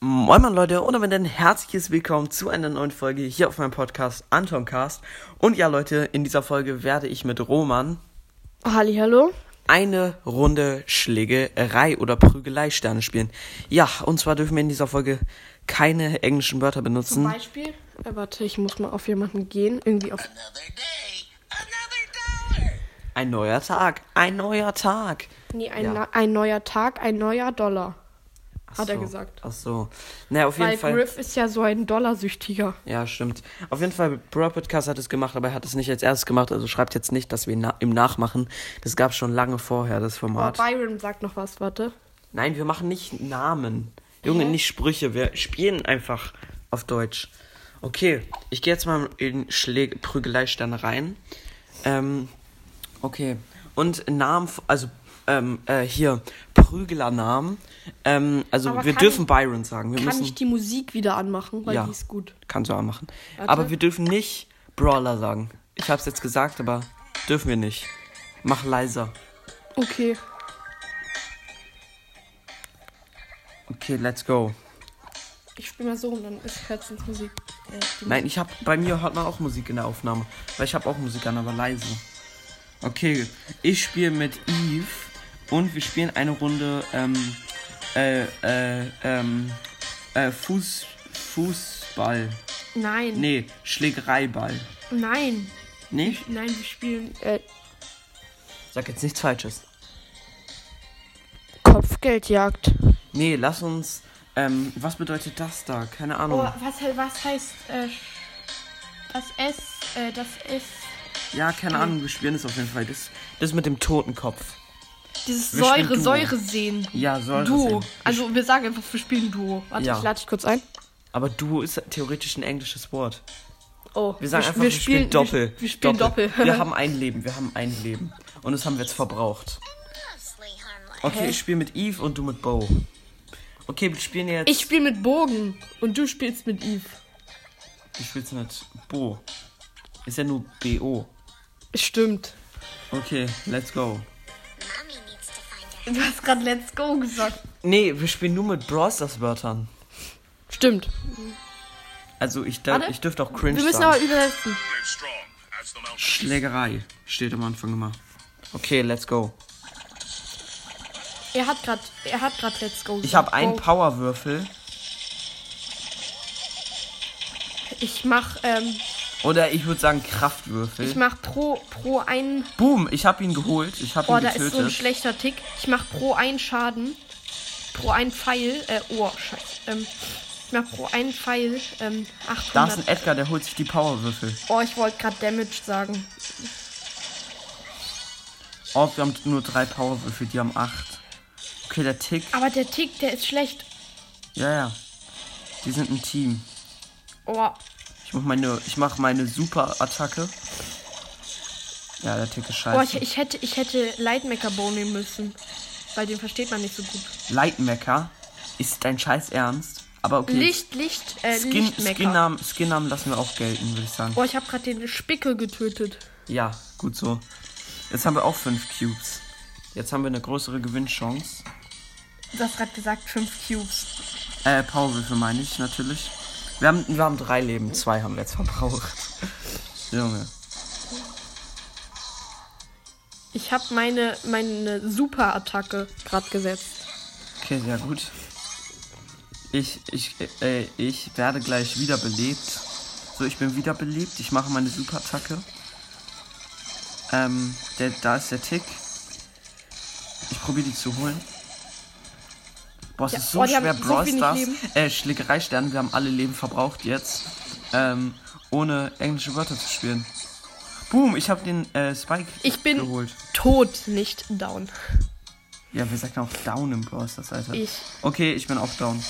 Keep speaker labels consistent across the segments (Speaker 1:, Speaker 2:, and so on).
Speaker 1: Moin Moin Leute und damit ein herzliches Willkommen zu einer neuen Folge hier auf meinem Podcast Antoncast. Und ja Leute, in dieser Folge werde ich mit Roman
Speaker 2: Oh,
Speaker 1: Hm.
Speaker 2: Hallihallo.
Speaker 1: eine Runde Schlägerei oder Prügelei-Sterne spielen. Ja, und zwar dürfen wir in dieser Folge keine englischen Wörter benutzen.
Speaker 2: Beispiel. Äh, warte, ich muss mal auf jemanden gehen. Irgendwie auf.
Speaker 3: Another day, another dollar.
Speaker 1: Ein neuer Tag, ein neuer Tag.
Speaker 2: Nee, ein,
Speaker 1: Ja.
Speaker 2: na- ein neuer Tag, ein neuer Dollar.
Speaker 1: Ach
Speaker 2: Hat er
Speaker 1: so,
Speaker 2: gesagt.
Speaker 1: Ach so. Naja, auf
Speaker 2: Weil
Speaker 1: jeden Fall.
Speaker 2: Griff ist ja so ein Dollarsüchtiger.
Speaker 1: Ja, stimmt. Auf jeden Fall, Bro Podcast hat es gemacht, aber er hat es nicht als erstes gemacht. Also schreibt jetzt nicht, dass wir ihn na im Nachmachen. Das gab schon lange vorher, das
Speaker 2: Oh,
Speaker 1: Format.
Speaker 2: Byron sagt noch was, warte.
Speaker 1: Nein, wir machen nicht Namen. Junge, nicht Sprüche. Wir spielen einfach auf Deutsch. Okay, ich gehe jetzt mal in Schläge Prügeleistern rein. Ähm, okay. Und Namen, f- also ähm, äh, hier, Prügelernamen. Ähm, also
Speaker 2: Aber
Speaker 1: wir
Speaker 2: kann
Speaker 1: dürfen
Speaker 2: ich-
Speaker 1: Byron sagen. Wir
Speaker 2: Kann
Speaker 1: müssen,
Speaker 2: ich die Musik wieder anmachen? Weil
Speaker 1: Ja.
Speaker 2: die ist gut.
Speaker 1: Kannst du auch machen.
Speaker 2: Warte.
Speaker 1: Aber wir dürfen nicht Brawler sagen. Ich hab's jetzt gesagt, aber dürfen wir nicht. Mach leiser.
Speaker 2: Okay.
Speaker 1: Okay, let's go.
Speaker 2: Ich spiele mal so rum, dann ist Herzensmusik. Äh, die-
Speaker 1: Nein, ich hab. Bei mir hört man auch Musik in der Aufnahme. Weil ich hab auch Musik an, aber leise. Okay, ich spiele mit Eve und wir spielen eine Runde ähm, äh, äh, ähm, äh, Fuß, Fußball.
Speaker 2: Nein.
Speaker 1: Nee, Schlägereiball.
Speaker 2: Nein.
Speaker 1: Nee?
Speaker 2: Nein, wir spielen äh,
Speaker 1: Sag jetzt nichts Falsches.
Speaker 2: Kopfgeldjagd.
Speaker 1: Nee, lass uns. Ähm, was bedeutet das da? Keine Ahnung.
Speaker 2: was, was heißt äh, das S? Äh, das S.
Speaker 1: Ja, keine Ahnung, wir spielen es auf jeden Fall. Das, das mit dem Totenkopf.
Speaker 2: Dieses
Speaker 1: Wir spielen
Speaker 2: Säure,
Speaker 1: Duo.
Speaker 2: Säure sehen.
Speaker 1: Ja, soll
Speaker 2: Duo.
Speaker 1: das sein.
Speaker 2: Also wir sagen einfach, wir spielen Duo. Warte,
Speaker 1: Ja.
Speaker 2: ich lade dich kurz ein.
Speaker 1: Aber Duo ist theoretisch ein englisches Wort.
Speaker 2: Oh,
Speaker 1: Wir sagen einfach, wir spielen, Doppel.
Speaker 2: Wir, wir spielen Doppel.
Speaker 1: wir haben ein Leben, wir haben ein Leben. Und das haben wir jetzt verbraucht.
Speaker 3: Mostly harmless.
Speaker 1: Okay, ich spiele mit Eve und du mit Bo. Okay, wir spielen jetzt.
Speaker 2: ich spiele mit Bogen und du spielst mit Eve.
Speaker 1: Du spielst mit Bo. Ist ja nur B-O.
Speaker 2: Stimmt.
Speaker 1: Okay, let's go.
Speaker 3: Mommy needs to find her.
Speaker 2: Du hast gerade Let's Go gesagt.
Speaker 1: Nee, wir spielen nur mit Brawl Stars Wörtern.
Speaker 2: Stimmt.
Speaker 1: Also ich, da,
Speaker 2: Warte.
Speaker 1: ich dürfte auch cringe
Speaker 2: Wir müssen
Speaker 1: sagen.
Speaker 2: aber übersetzen.
Speaker 1: Schlägerei steht am Anfang immer. Okay, let's go.
Speaker 2: Er hat gerade er hat gerade Let's Go gesagt.
Speaker 1: Ich habe einen
Speaker 2: Oh.
Speaker 1: Powerwürfel.
Speaker 2: Ich mach ähm,
Speaker 1: Oder ich würde sagen
Speaker 2: ich
Speaker 1: Kraftwürfel.
Speaker 2: mach pro pro einen
Speaker 1: Boom, ich habe ihn geholt. Ich habe
Speaker 2: Oh,
Speaker 1: ihn
Speaker 2: da ist so ein
Speaker 1: getötet.
Speaker 2: schlechter Tick. Ich mach pro einen Schaden. Pro einen Pfeil äh oh Scheiße. Ähm, ich mach pro einen Pfeil ähm
Speaker 1: da ist
Speaker 2: 800
Speaker 1: ein Edgar, der holt sich die Powerwürfel.
Speaker 2: Oh, ich wollte gerade Damage sagen.
Speaker 1: Oh, wir haben nur drei Powerwürfel, die haben acht. Okay, der Tick.
Speaker 2: Aber der Tick, der ist schlecht.
Speaker 1: Ja, ja. Die sind ein Team.
Speaker 2: Oh,
Speaker 1: Ich mach meine, ich mach meine Super-Attacke. Ja, der Tick ist
Speaker 2: oh ich,
Speaker 1: scheiße.
Speaker 2: ich hätte, ich hätte Lightmaker Bow nehmen müssen. Weil den versteht man nicht so gut.
Speaker 1: Lightmecker. Ist dein Scheiß ernst? Aber okay.
Speaker 2: Licht, Licht, äh,
Speaker 1: Skin,
Speaker 2: Lichtmaker.
Speaker 1: Skinnamen, Skinnamen lassen wir auch gelten, würde ich sagen.
Speaker 2: Oh, ich habe gerade den Spickel getötet.
Speaker 1: Ja, gut so. Jetzt haben wir auch fünf Cubes. Jetzt haben wir eine größere Gewinnchance.
Speaker 2: Du hast gerade gesagt, fünf Cubes.
Speaker 1: Äh, Powerwürfel meine ich natürlich. Wir haben, wir haben drei Leben, zwei haben wir jetzt verbraucht. Junge.
Speaker 2: Ich habe meine, meine Super-Attacke gerade gesetzt.
Speaker 1: Okay, sehr gut. Ich, ich, äh, ich werde gleich wiederbelebt. So, ich bin wiederbelebt. Ich mache meine Superattacke. Ähm, der, da ist der Tick. Ich probiere die zu holen. Boah, es
Speaker 2: Ja,
Speaker 1: ist so
Speaker 2: oh, die
Speaker 1: schwer.
Speaker 2: haben so
Speaker 1: Brawl
Speaker 2: wenig
Speaker 1: Stars.
Speaker 2: Leben.
Speaker 1: Äh, Schlägereistern. Wir haben alle Leben verbraucht jetzt. Ähm, ohne englische Wörter zu spielen. Boom, ich habe den äh, Spike
Speaker 2: Ich bin
Speaker 1: geholt.
Speaker 2: tot, nicht down.
Speaker 1: Ja, wir sagen auch down im Brawl Stars, Alter.
Speaker 2: Ich.
Speaker 1: Okay, ich bin auch down.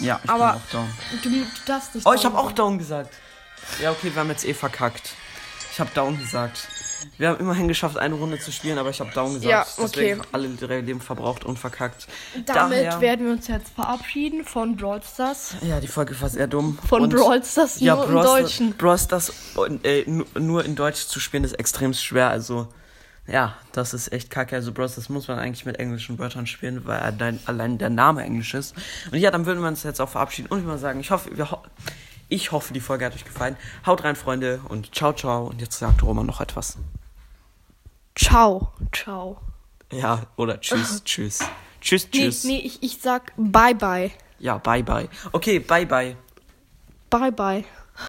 Speaker 1: Ja, ich
Speaker 2: Aber-
Speaker 1: bin auch down.
Speaker 2: Du, du darfst nicht.
Speaker 1: Oh, ich habe
Speaker 2: down
Speaker 1: auch down gesagt. Ja, okay, wir haben jetzt eh verkackt. Ich habe down gesagt. Wir haben immerhin geschafft, eine Runde zu spielen, aber ich habe down gesagt.
Speaker 2: Ja,
Speaker 1: Deswegen
Speaker 2: okay.
Speaker 1: alle drei Leben verbraucht und verkackt.
Speaker 2: sein. Damit
Speaker 1: Daher,
Speaker 2: werden wir uns jetzt verabschieden von Brawl Stars.
Speaker 1: ja, die Folge war sehr dumm.
Speaker 2: Von
Speaker 1: Und-
Speaker 2: Brawl Stars
Speaker 1: ja,
Speaker 2: nur im
Speaker 1: Brawl Stars-
Speaker 2: Deutschen.
Speaker 1: Brawl Stars äh, nu- nur in Deutsch zu spielen ist extrem schwer. Also Ja, das ist echt kacke. Also, Bros, das muss man eigentlich mit englischen Wörtern spielen, weil allein, allein der Name englisch ist. Und ja, dann würden wir uns jetzt auch verabschieden und ich mal sagen, ich hoffe, wir ho ich hoffe, die Folge hat euch gefallen. Haut rein, Freunde, und ciao, ciao. Und jetzt sagt Roman noch etwas.
Speaker 2: Ciao. Ciao.
Speaker 1: Ja, oder tschüss, tschüss. Tschüss, tschüss.
Speaker 2: Nee, nee, ich, ich sag bye bye.
Speaker 1: Ja, bye, bye. Okay, bye, bye.
Speaker 2: Bye bye.